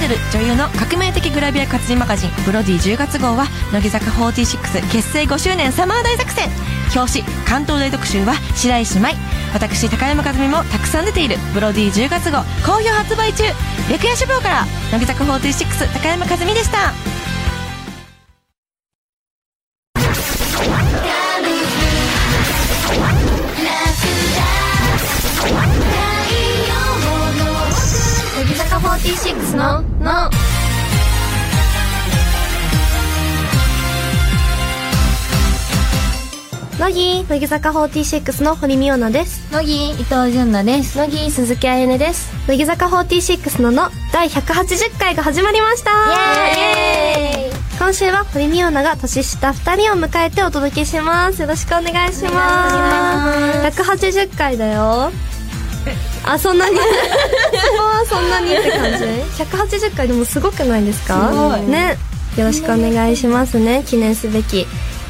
ドル女優の革命的グラビア活字マガジン「ブロディ」10月号は乃木坂46結成5周年サマー大作戦表紙関東大特集は白石麻衣私高山和美もたくさん出ているブロディ10月号好評発売中白夜志望から乃木坂46高山和美でした乃木坂46のの乃木乃木坂46の堀美央奈です乃木伊藤純奈です乃木鈴木あゆねです乃木坂46のの第180回が始まりましたエーイ今週は堀美央奈が年下2人を迎えてお届けしますよろしくお願いします180回だよあそんなにそこはそんなにって感じ180回でもすごくないですかねよろしくお願いしますね記念すべき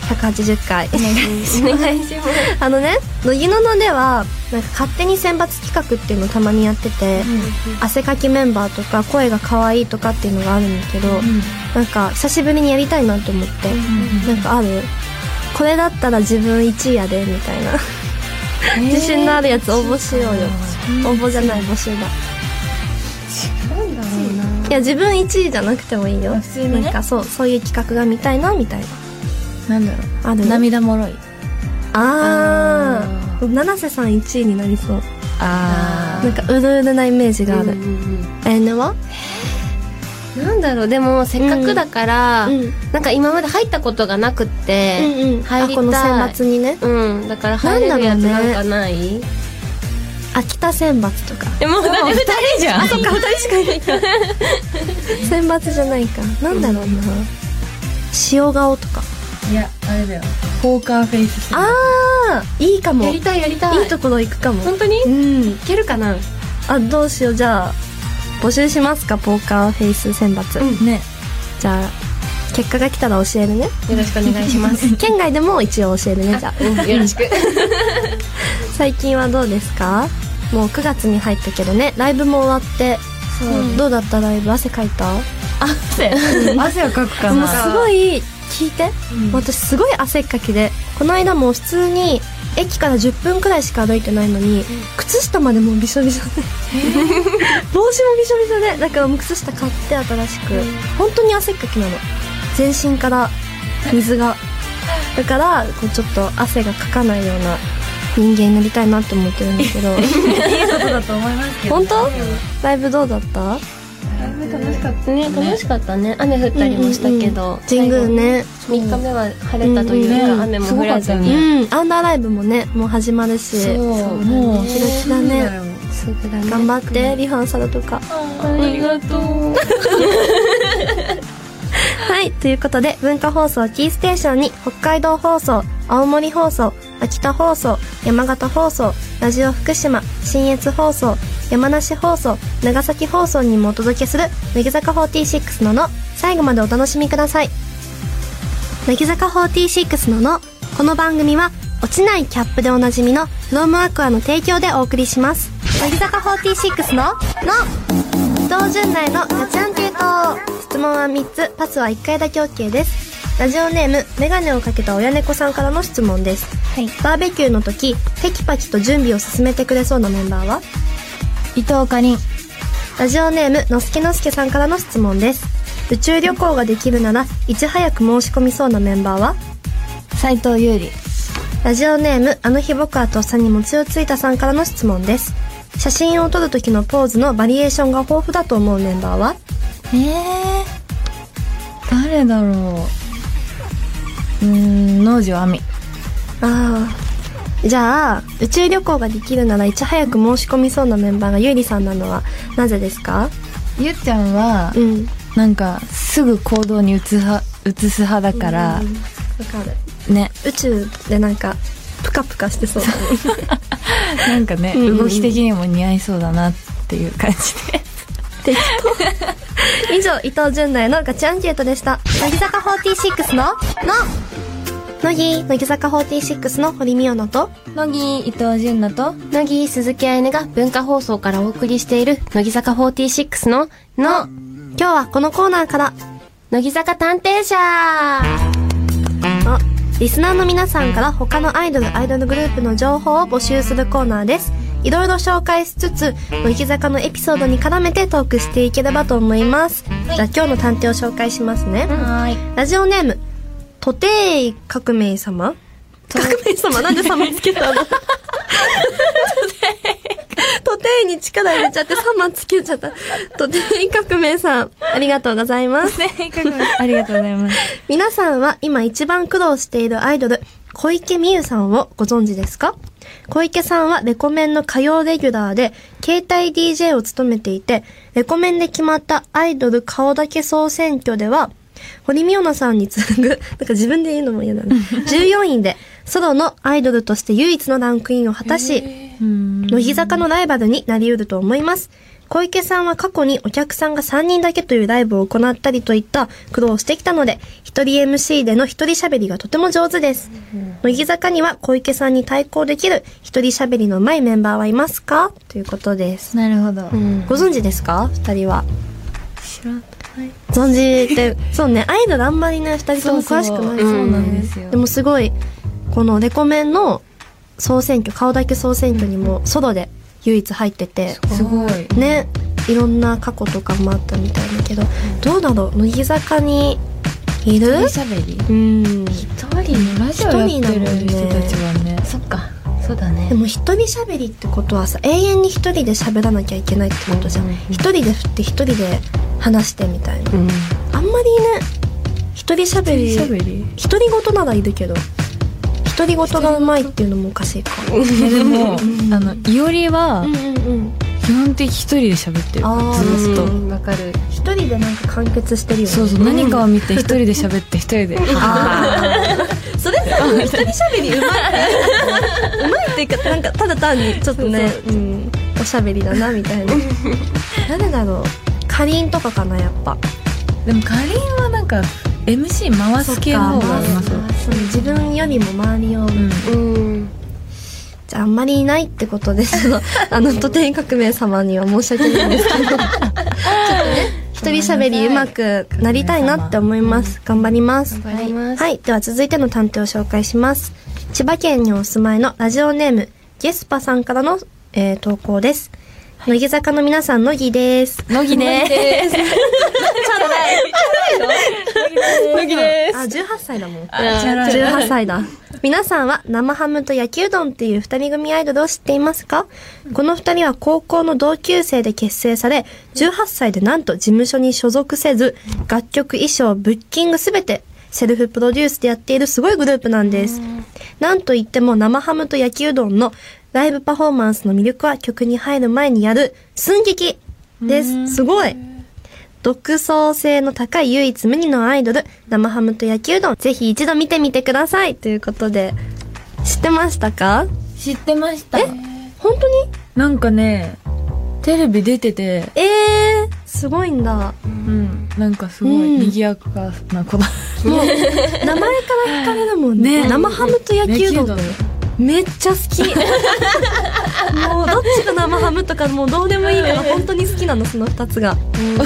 180回お願いしますあのね乃木ののではなんか勝手に選抜企画っていうのをたまにやってて、汗かきメンバーとか声が可愛いとかっていうのがあるんだけど、なんか久しぶりにやりたいなと思って、なんかあるこれだったら自分1位やでみたいな自信のあるやつ応募しようよ応募じゃない募集だいや自分1位じゃなくてもいいよ普通に、なんかそうそういう企画が見たいなみたいななんだろある涙もろいああ七瀬さん1位になりそうあなんかうるうるなイメージがあるえねはなんだろうでもせっかくだから、うんなんか今まで入ったことがなくって、入りたいあこの選抜にねうん、だから入れるやつなんかない、秋田選抜 とかえもうだって二人じゃんそっか2人しかいないか選抜じゃないかなんだろうな塩顔とかいやあれだよポーカーフェイスああいいかもやいりいたいやりたいところ行くかも 本当にいうんけるかなあどうしようじゃあ募集しますかポーカーフェイス選抜、うんーねじゃあ結果が来たら教えるねよろしくお願いします、 県外でも一応教えるねじゃあよろしく最近はどうですかもう9月に入ったけどねライブも終わってどうだったライブ汗かいた汗をかくかもうなすごい聞いて、私すごい汗っかきでこの間も普通に駅から10分くらいしか歩いてないのに、靴下までもうびしょびしょ で帽子もびしょびしょでだからもう靴下買って新しく、本当に汗っかきなの全身から水がだからこうちょっと汗がかかないような人間になりたいなって思ってるんだ けどいいことだと思いますけど本当ライブどうだった楽しかっね楽しかったね雨降ったりもしたけど、神宮ね最後3日目は晴れたというか、うん雨も降らずすごかったに、ねうんアンダーライブもねもう始まるしそうたもう気がちだそうねだよすぐだね頑張ってリハーサルとかありがと うはいということで文化放送キーステーションに北海道放送青森放送秋田放送山形放送ラジオ福島信越放送山梨放送長崎放送にもお届けする乃木坂46のの最後までお楽しみください乃木坂46ののこの番組は落ちないキャップでおなじみのフロムアクアの提供でお送りします乃木坂46のの伊藤純内のガチャンケート質問は3つパスは1回だけ OK ですラジオネームメガネをかけた親猫さんからの質問です、はいバーベキューの時テキパキと準備を進めてくれそうなメンバーは伊藤かりんラジオネームのすけのすけさんからの質問です宇宙旅行ができるならいち早く申し込みそうなメンバーは斎藤優里ラジオネームあの日僕はとっさに餅をついたさんからの質問です写真を撮る時のポーズのバリエーションが豊富だと思うメンバーはええ誰だろううーん能條亜美ああじゃあ宇宙旅行ができるならいち早く申し込みそうなメンバーがゆりさんなのはなぜですかゆっちゃんはうんなんかすぐ行動に移す派移す派だからわかるね宇宙でなんかプカプカしてそうなんかねうんうんうん動き的にも似合いそうだなっていう感じで以上伊藤純奈へのガチアンケートでした乃木坂46の「の」乃木乃木坂46の堀美央奈と乃木伊藤純奈と乃木鈴木あゆねが文化放送からお送りしている乃木坂46の「の」今日はこのコーナーから、乃木坂探偵社あ、リスナーの皆さんから他のアイドル、アイドルグループの情報を募集するコーナーです。いろいろ紹介しつつ、乃木坂のエピソードに絡めてトークしていければと思います。じゃあ今日の探偵を紹介しますね。はい。ラジオネーム、トテイ革命様革命様なんで様つけ たのトテイに力入れちゃって様つけちゃった。トテイ革命さん、ありがとうございます。ありがとうございます。皆さんは今一番苦労しているアイドル、小池美優さんをご存知ですか小池さんはレコメンの歌謡レギュラーで、携帯 DJ を務めていて、レコメンで決まったアイドル顔だけ総選挙では、堀美央奈さんに次ぐ、 なんか自分で言うのも嫌だな。14位で、ソロのアイドルとして唯一のランクインを果たし、乃木坂のライバルになり得ると思います。小池さんは過去にお客さんが3人だけというライブを行ったりといった苦労をしてきたので、一人 MC での一人喋りがとても上手です。乃木坂には小池さんに対抗できる一人喋りの上手いメンバーはいますかということです。なるほどご存知ですか二人は。知らない存じて、そうね、アイドルあんまりね、二人とも詳しくないですよね。そうなんですよでもすごい、このレコメンの総選挙、顔だけ総選挙にもソロで唯一入ってて、すごいね、いろんな過去とかもあったみたいだけど、どうだろう、乃木坂にいるしゃべりうん。一人のラジオやってる人たちはねそっかそうだねでも一人喋りってことはさ、永遠に一人で喋らなきゃいけないってことじゃん。一人で振って一人で話してみたいな。あんまりね、一人喋り。り独り言ならいるけど独り言がうまいっていうのもおかしいかいやでもあのいおりはうんうんうん基本的に一人で喋ってるあーずっとわかる。一人でなんか完結してるよねそうそう何かを見て一人で喋って一人であーそれさ一 人喋りうまいうまいっていうかなんかただ単にちょっとねうんおしゃべりだなみたいな誰だろうかりんとかかなやっぱでもかりんはなんか MC 回す系の方がいますよそう自分よりも周りをうんうん。じゃああんまりいないってことでそ のあの都天革命様には申し訳ないんですけどちょっとね一人喋りうまくなりたいなって思います頑張ります頑張りますはいでは続いての探偵を紹介します千葉県にお住まいのラジオネームゲスパさんからの、えー投稿です乃木坂の皆さん、乃木です。乃木で ーす。乃木であ、18歳だもん。じゃら18歳だ。皆さんは生ハムと焼きうどんっていう二人組アイドルを知っていますかこの二人は高校の同級生で結成され、18歳でなんと事務所に所属せず、楽曲、衣装、ブッキングすべて、セルフプロデュースでやっているすごいグループなんです。なんといっても生ハムと焼きうどんのライブパフォーマンスの魅力は曲に入る前にやる寸劇です。すごい独創性の高い唯一無二のアイドル、生ハムと焼きうどん、ぜひ一度見てみてくださいということで、知ってましたか知ってました。本当になんかねテレビ出ててええー、すごいんだ。うんなんかすごい賑やかな子だ もう、名前から惹かれるもんね。ね生ハムと焼きうどん。焼きめっちゃ好 き。もう、どっちが生ハムとかもうどうでもいいけど、本当に好きなの、その二つが。そ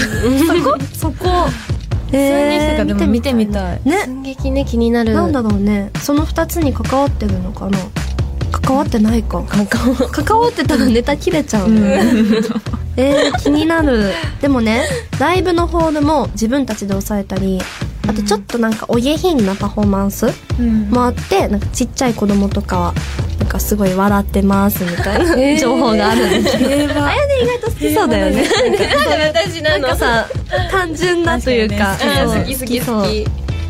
こそこ。ええー、でも見てみたいね。寸劇ね、気になる。なんだろうねその2つに関わってるのかな関わってないか関わってたらネタ切れちゃう、ねえー、気になるでもねライブのホールも自分たちで抑えたりあとちょっとなんかお下品なパフォーマンスうんもあってなんかちっちゃい子供とかはなんかすごい笑ってますみた いな、えー情報があるん ですけどあやね意外と好きそうだよね私な なんの。かさ単純だというか確かにねそう好き好きそう好き。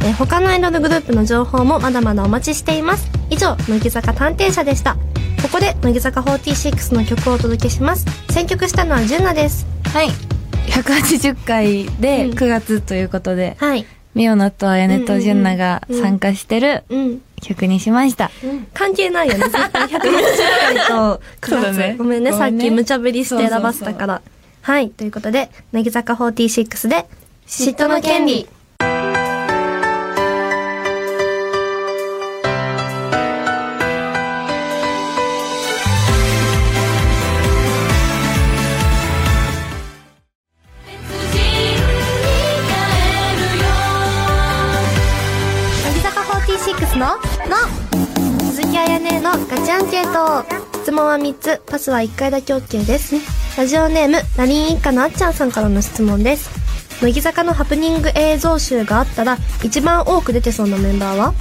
えー他のアイドルグループの情報もまだまだお待ちしています。以上、乃木坂探偵社でした。ここで、乃木坂46の曲をお届けします。選曲したのはジュンナです。はい180回でうん9月ということで、はい。ミオナとあやねとジュンナがうんうん参加してるうん。曲にしました、関係ないよ ね。絶対180回とそうだ9月。ねごめんね、ごさめっんねき無茶ぶりして選ばせたから。はい、ということで、乃木坂46で、嫉妬の権利。 「君のスのの鈴木あやねのガチアンケート質問は3つパスは1回だけ OK ですラジオネームラリン一家のあっちゃんさんからの質問です乃木坂のハプニング映像集があったら一番多く出てそうなメンバーは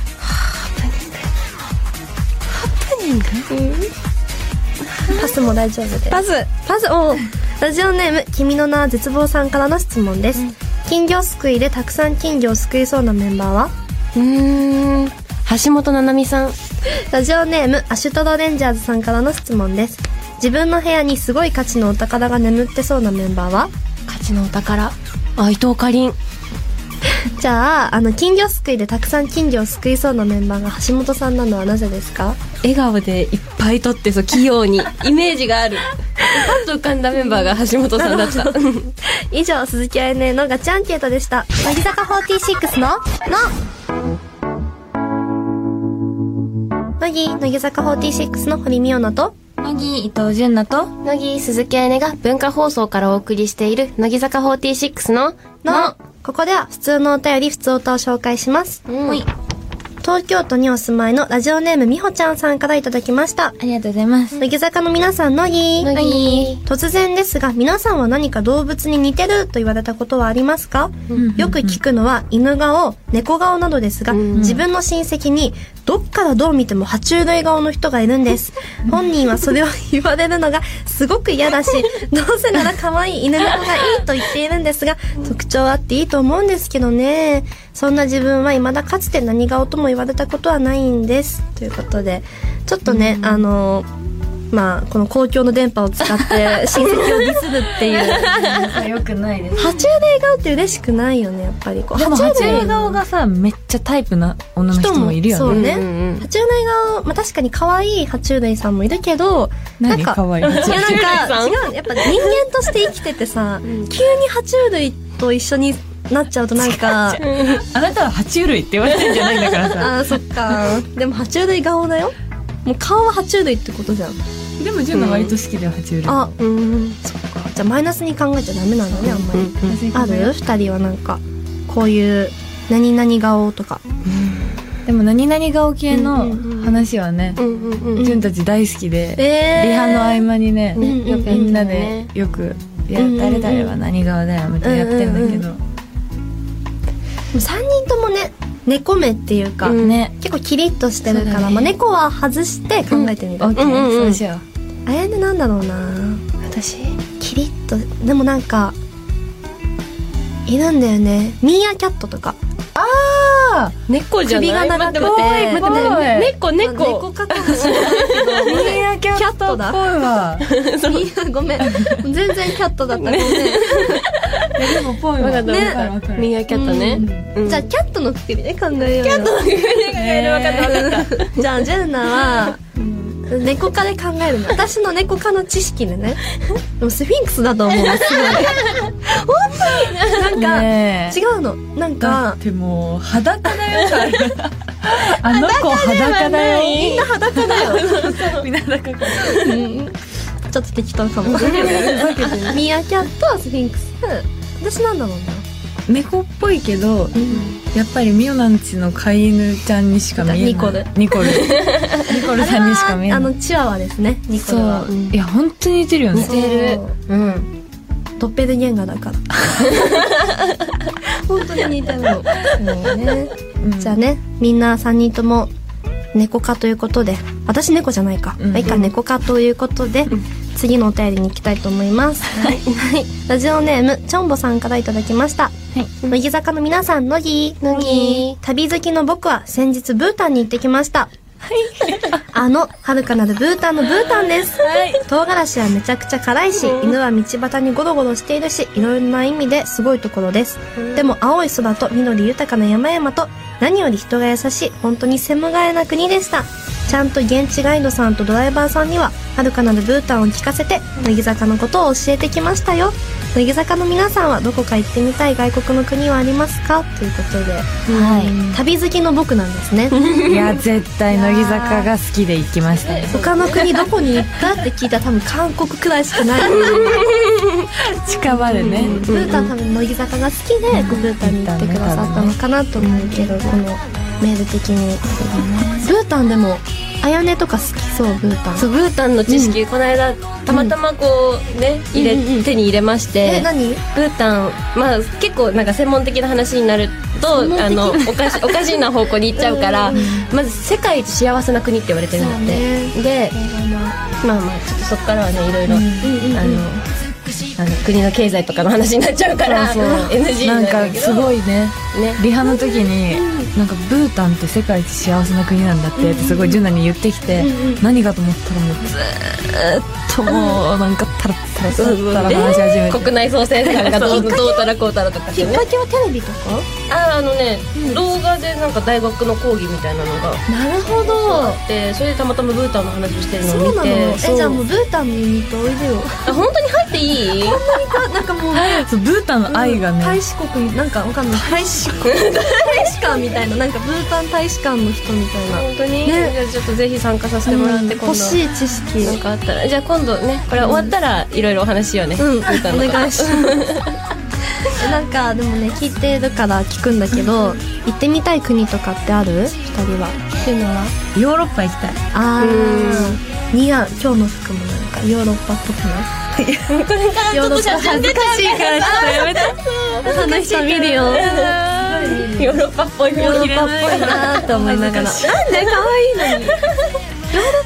パスも大丈夫ですパスパズをラジオネーム君の名は絶望さんからの質問です、金魚すくいでたくさん金魚をすくいそうなメンバーはうーん橋本七海さんラジオネームアシュトロレンジャーズさんからの質問です自分の部屋にすごい価値のお宝が眠ってそうなメンバーは価値のお宝あ伊藤かりん じゃああの金魚すくいでたくさん金魚をすくいそうなメンバーが橋本さんなのはなぜですか笑顔でいっぱい撮ってそう器用にイメージがあるパッと浮かんだメンバーが橋本さんだった 以上鈴木あやねのガチアンケートでした乃木坂46の「の」乃木乃木坂46の堀美央奈と乃木伊藤純奈と乃木鈴木あやねが文化放送からお送りしている乃木坂46ののここでは普通のお便り普通歌を紹介しますうんはい東京都にお住まいのラジオネームみほちゃんさんからいただきましたありがとうございます。乃木坂の皆さん乃木乃木突然ですが皆さんは何か動物に似てると言われたことはありますか、んよく聞くのは犬顔猫顔などですが、自分の親戚にどっからどう見ても爬虫類顔の人がいるんです本人はそれを言われるのがすごく嫌だしどうせなら可愛い犬猫がいいと言っているんですが特徴あっていいと思うんですけどねそんな自分は未だかつて何顔とも言われたことはないんですということでちょっとね、あのまあ、この公共の電波を使 って親戚をディスるっていうよくないです。爬虫類顔って嬉しくないよねやっぱりこうでも、爬虫類類顔がさ、めっちゃタイプな女の人もいるそようね、ね。うんうんうん爬虫類顔、まあ、確かに可愛い爬虫類さんもいるけどなん何か可愛いい。やなんか爬 虫類違うやっぱ人間として生きててさ、急に爬虫類と一緒になっちゃうとなん かあなたは爬虫類って言われてんじゃないんだからさ。あーそっかでも爬虫類顔だよもう顔は爬虫類ってことじゃん でも、純の割と好きだよ、爬虫類。あうんそっかじゃあマイナスに考えちゃダメなんだねあんまり、ある二人はなんかこういう何々顔とかでも、何々顔系の話はね、うんうんうん純たち大好きで、えリハの合間にね、うんうんうんみんなでよく、いやうんうんう、ん誰々は何顔だよ、みたいなやってんだけど。 3人ともね猫目っていうか、うんね。結構キリッとしてるかそうら、だねまあ、猫は外して考えてみる、オッケうんうんうんー、そうしよう。あやねなんだろうな私キリッとでもなんかいるんだよねミーアキャットとか猫じゃない首が長くて待って待って待っておい猫ま猫あ猫かかもしれないけどミーアキャットっぽいわ。 ミーアごめん全然キャットだったごめん、でもぽいわ。わかったわかるわかる。ミーアキャットねうんじゃあキャットのくくりで考えようよキャットえわかったわかっじゃあジェンナは猫科で考えるの私の猫科の知識でねでもスフィンクスだと思うすごい本当になんか、ねえ違うのなんだかってもう裸だよ。あの子裸だよ。みんな裸だ よ。みんな裸か。ちょっと適当かもミーアキャットスフィンクス私なんだろうな猫っぽいけど、やっぱりミオナンチの飼い犬ちゃんにしか見えない。ニコルニコ ル。ニコルさんにしか見えあのない。チワワですねニコそルはう。いや本当に似てるよね。てるうんドッペルゲンガーだから 本当に似てる のそうねうんじゃあ。ねみんな3人とも猫科ということで私猫じゃないか、うんまあいいか猫科ということで、次のお便りに行きたいと思いますはい、 ラジオネームちょんぼさんからいただきました、乃木坂の皆さん乃木乃木旅好きの僕は先日ブータンに行ってきました あの、遥かなるブータンのブータンです。唐辛子はめちゃくちゃ辛いし、犬は道端にゴロゴロしているし、いろいろな意味ですごいところです。でも、青い空と緑豊かな山々と、何より人が優しい、本当にせむがえな国でした。ちゃんと現地ガイドさんとドライバーさんには、遥かなるブータンを聞かせて、乃木坂のことを教えてきましたよ。乃木坂の皆さんはどこか行ってみたい外国の国はありますかということで、は旅好きの僕なんですね。い。いや絶対乃木坂が好きで行きましたね。他の国どこに行ったって聞いたら多分韓国くらいしかない近場でね。ブータン多分乃木坂が好きでブータンに行ってくださったのかなと思うけどこのメール的にブータンでもあやねとか好きそうブータンそうブータンの知識、この間たまたまこうね、入れうんうん手に入れましてえ何ブータン、まあ、結構なんか専門的な話になるとあのおかしおかしな方向に行っちゃうからまず世界一幸せな国って言われてるんだって、でまあまあちょっとそこからはねいろいろ、あのあの国の経済とかの話になっちゃうからそうそう NG なんになかるんだけすどごいねねリハの時になんかブータンって世界一幸せな国なんだってってすごいジュナに言ってきて何かと思ったらもうずーっともうなんかタラッタラそうそうッタラ話し始めて国内総生産がどうどうたらこうたらとかってきっねかけはテレビとかああのね、動画でなんか大学の講義みたいなのがなるほあってそれでたまたまブータンの話をしてるのをそう見なのてえじゃあもううブータンに行っておいでよあ本当に入っていい なんかもうそうブータンの愛がね大使国になんかわかんない大使国 大使館みたいななんかブータン大使館の人みたいな本当に、ねじゃあちょっとぜひ参加させてもらって、今欲しい知識度なんかあったらじゃあ今度ねこれ終わったらいろいろお話よね、うんおブータンの願いし ますなんかでもね聞いてるから聞くんだけど行ってみたい国とかってある二人はっていうのはヨーロッパ行きたいあー似合う今日の服もなんかヨーロッパっぽくないこれからちょっと写真出ちゃうからちょっとやめて話した見るよヨーヨーロッパっぽいロッパっぽいなーって思いながらなんで可愛いのに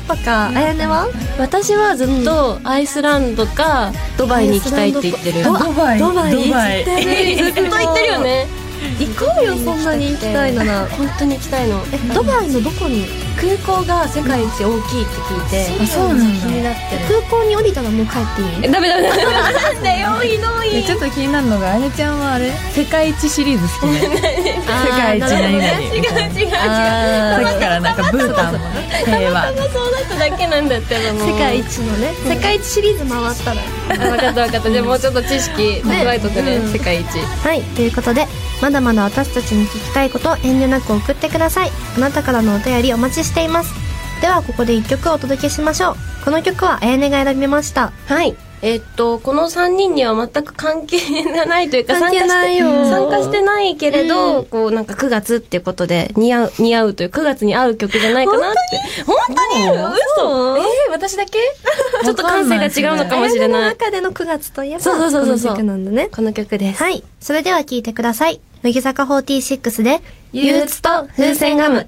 パパかあやねは私はずっとアイスランドかドバイに行きたいって言ってるドバイドバイドバイドバイ絶対ずっと言ってるよね行こうよそんなに行きたいなら本当に行きたいのえドバイのどこに空港が世界一大きいって聞いてあそうなん気だになってる空港に降りたらもう帰っていいえダメダメダメ なんだよひどでちょっと気になるのがあれちゃんはあれ世界一シリーズ好きね世界一何々みたいな違うさっきからなんかブータンもね平和そうだっただけなんだってもう世界一のね世界一シリーズ回ったら分かった分かったじゃあもうちょっと知識蓄えとくねうん世界一はいということでまだまだ私たちに聞きたいことを遠慮なく送ってくださいあなたからのお便りお待ちしていますではここで一曲をお届けしましょうこの曲はあやねが選びましたはいえっとこの3人には全く関係がないというか関係ないよ参加してないけれど、こうなんか9月っていうことで似合う似合うという9月に合う曲じゃないかなって本当に嘘えー、私だけちょっと感性が違うのかもしれあやなねのい中での9月といえばそうそうそうそうこそうの曲なんだねこの曲ですはいそれでは聴いてください乃木坂46で憂鬱と風船ガム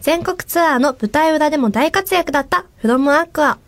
全国ツアーの舞台裏でも大活躍だったフロムアクア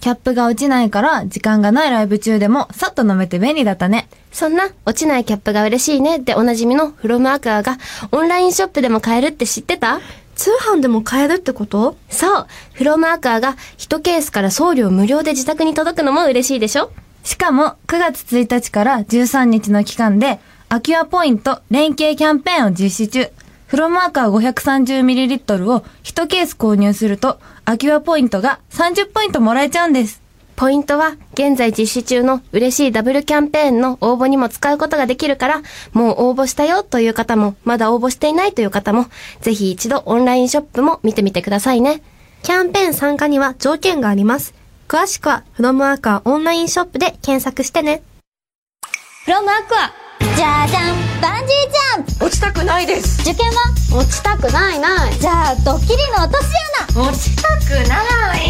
キャップが落ちないから、時間がないライブ中でも、さっと飲めて便利だったね。そんな落ちないキャップが嬉しいねっておなじみのフロムアクアがオンラインショップでも買えるって知ってた通販でも買えるってことそうフロムアクアが1ケースから送料無料で自宅に届くのも嬉しいでしょしかも、9月1日から13日の期間で、アキュアポイント連携キャンペーンを実施中。フロムアカー 530ml を1ケース購入すると、アキュアポイントが30ポイントもらえちゃうんです。ポイントは現在実施中の嬉しいダブルキャンペーンの応募にも使うことができるから、もう応募したよという方も、まだ応募していないという方も、ぜひ一度オンラインショップも見てみてくださいね。キャンペーン参加には条件があります。詳しくは、フロムアーカーオンラインショップで検索してね。フロムアクアじゃじゃんバンジージャンプ落ちたくないです受験は落ちたくないないじゃあドッキリの落とし穴落ちたくない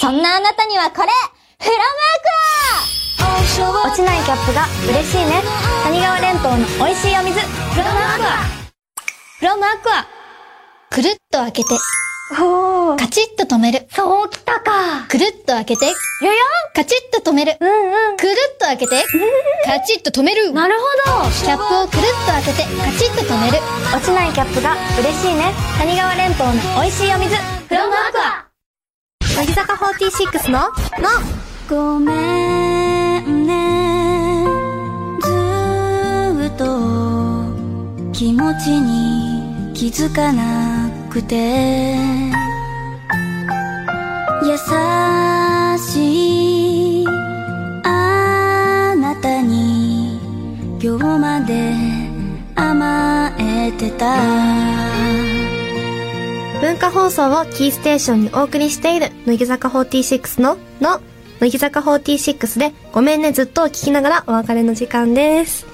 そんなあなたにはこれフロムアクア落ちないキャップが嬉しいね谷川連島の美味しいお水フロムアクアフロムアクアくるっと開けてカチッと止めるそうきたかくるっと開けてよよカチッと止めるうんうんくるっと開けてカチッと止めるなるほどキャップをくるっと開けてカチッと止める落ちないキャップが嬉しいね谷川連峰の美味しいお水フロムアクア乃木坂46の、のごめんねずっ気持ちに気づかなくて優しいあなたに今日まで甘えてた文化放送をキーステーションにお送りしている、乃木坂46の、の、乃木坂46で、ごめんねずっとを聞きながらお別れの時間です。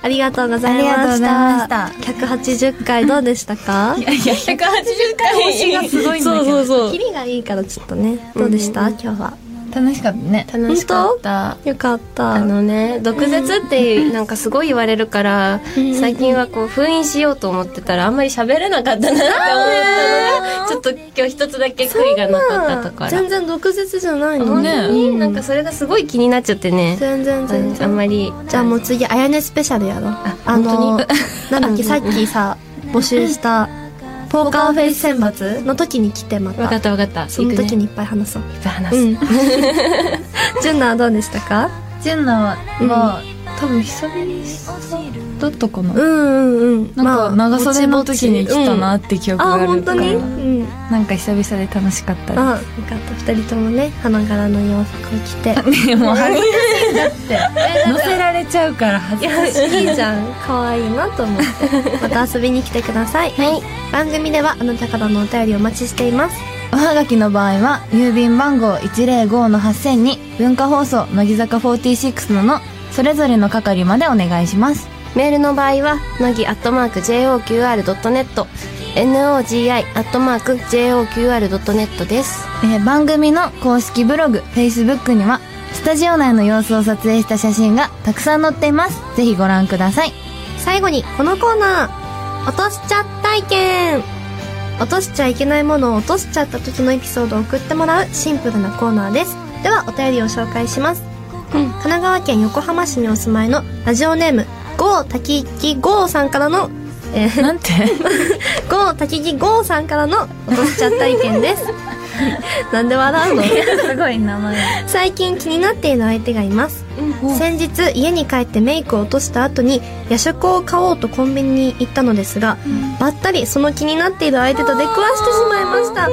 ありがとうございました。あり180回どうでしたか 180回星がすごいんだけどそうそうそキ うリがいいからちょっとね、どうでした、今日は。楽しかったね楽しかったよかった。あのね毒舌ってなんかすごい言われるから、最近はこう封印しようと思ってたらあんまり喋れなかったなって思ったのがちょっと今日一つだけ悔いが残ったところ全然毒舌じゃないの本当に、なんかそれがすごい気になっちゃってね全然全あん然。まりじゃあもう次、あやねスペシャルやろう。あの、本当 なんだっけ、さっきさ、募集した、ポーカーフェイス選抜の時に来てま分かたっ。た分かったその時ににいっぱい話そう。いっぱい話す、うん。 ジュンナはどうでしたか純奈は、多分久々だったかな、うんうんうん。なんか長袖の時に来たなって記憶がああ、る本当にからうん。なんか久々で楽しかったあ、よかった。二人ともね、花柄の洋服を着 て。でもう恥ずかしいだって乗せられちゃうから恥ずかしいいいじゃん可愛いなと思ってまた遊びに来てください、番組ではあなたからのお便りお待ちしていますおはがきの場合は郵便番号105-8000に文化放送乃木坂46ののそれぞれの係までお願いしますメールの場合は乃木アットマーク JOQR.net NOGI アットマーク JOQR.net ですえー番組の公式ブログ Facebook にはスタジオ内の様子を撮影した写真がたくさん載っていますぜひご覧くださ い最後にこのコーナー落としちゃ体験落としちゃいけないものを落としちゃった時のエピソードを送ってもらうシンプルなコーナーですではお便りを紹介します、神奈川県横浜市にお住まいのラジオネームゴー滝木ゴーさんからのえーなんてゴー滝木ゴーさんからの落としちゃ体験ですなんで笑うのすごい名前最近気になっている相手がいます、先日家に帰ってメイクを落とした後に夜食を買おうとコンビニに行ったのですが、ばったりその気になっている相手と出くわしてしまいました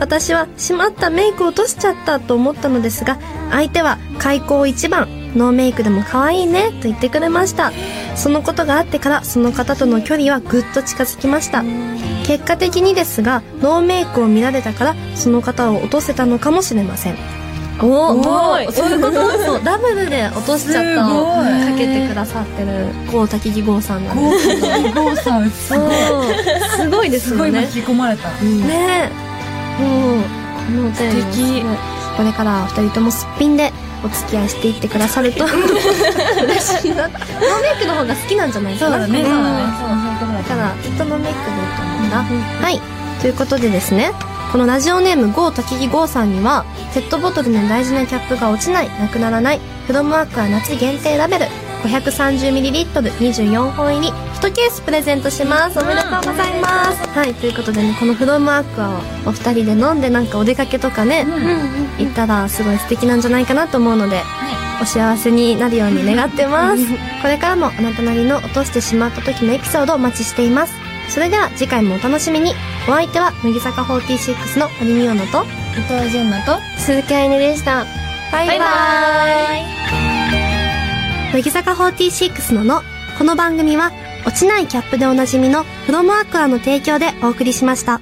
私はしまったメイクを落としちゃったと思ったのですが相手は開口一番ノーメイクでも可愛いねと言ってくれましたそのことがあってからその方との距離はぐっと近づきました結果的にですがノーメイクを見られたからその方を落とせたのかもしれませんおおそういうことそうダブルで落としちゃったをかけてくださってる郷滝木剛さんなんですゴー さんすそうすごいですすごよいね巻き込まれたねえもうこのお便りもすごいこれからは2人ともすっぴんでお付き合いしていってくださる と嬉しいなノーメイクの方が好きなんじゃないかなだからきっとノーメイクでいいと思うな、はいということでですねこのラジオネーム郷滝木剛さんにはペットボトルの大事なキャップが落ちないなくならないフロムワークは夏限定ラベル 530ml24 本入り1ケースプレゼントしますおめでとうございますはいということでねこのフロムワークはお二人で飲んでなんかお出かけとかね、行ったらすごい素敵なんじゃないかなと思うので、お幸せになるように願ってますこれからもあなたなりの落としてしまった時のエピソードをお待ちしていますそれでは次回もお楽しみにお相手は乃木坂46の堀美央奈と伊藤純奈と鈴木愛音でしたバイバイ乃木坂46ののこの番組は落ちないキャップでおなじみのフロムアクアの提供でお送りしました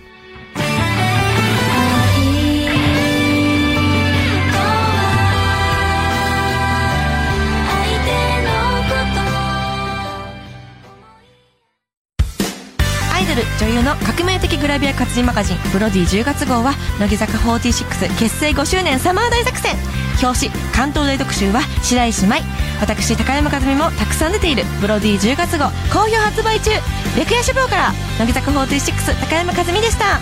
アイドル女優の革命的グラビア活字マガジン「ブロディ10月号は乃木坂46結成5周年サマー大作戦表紙関東大特集は白石麻衣私高山和美もたくさん出ているブロディ10月号好評発売中レクヤ書房から乃木坂46高山和美でした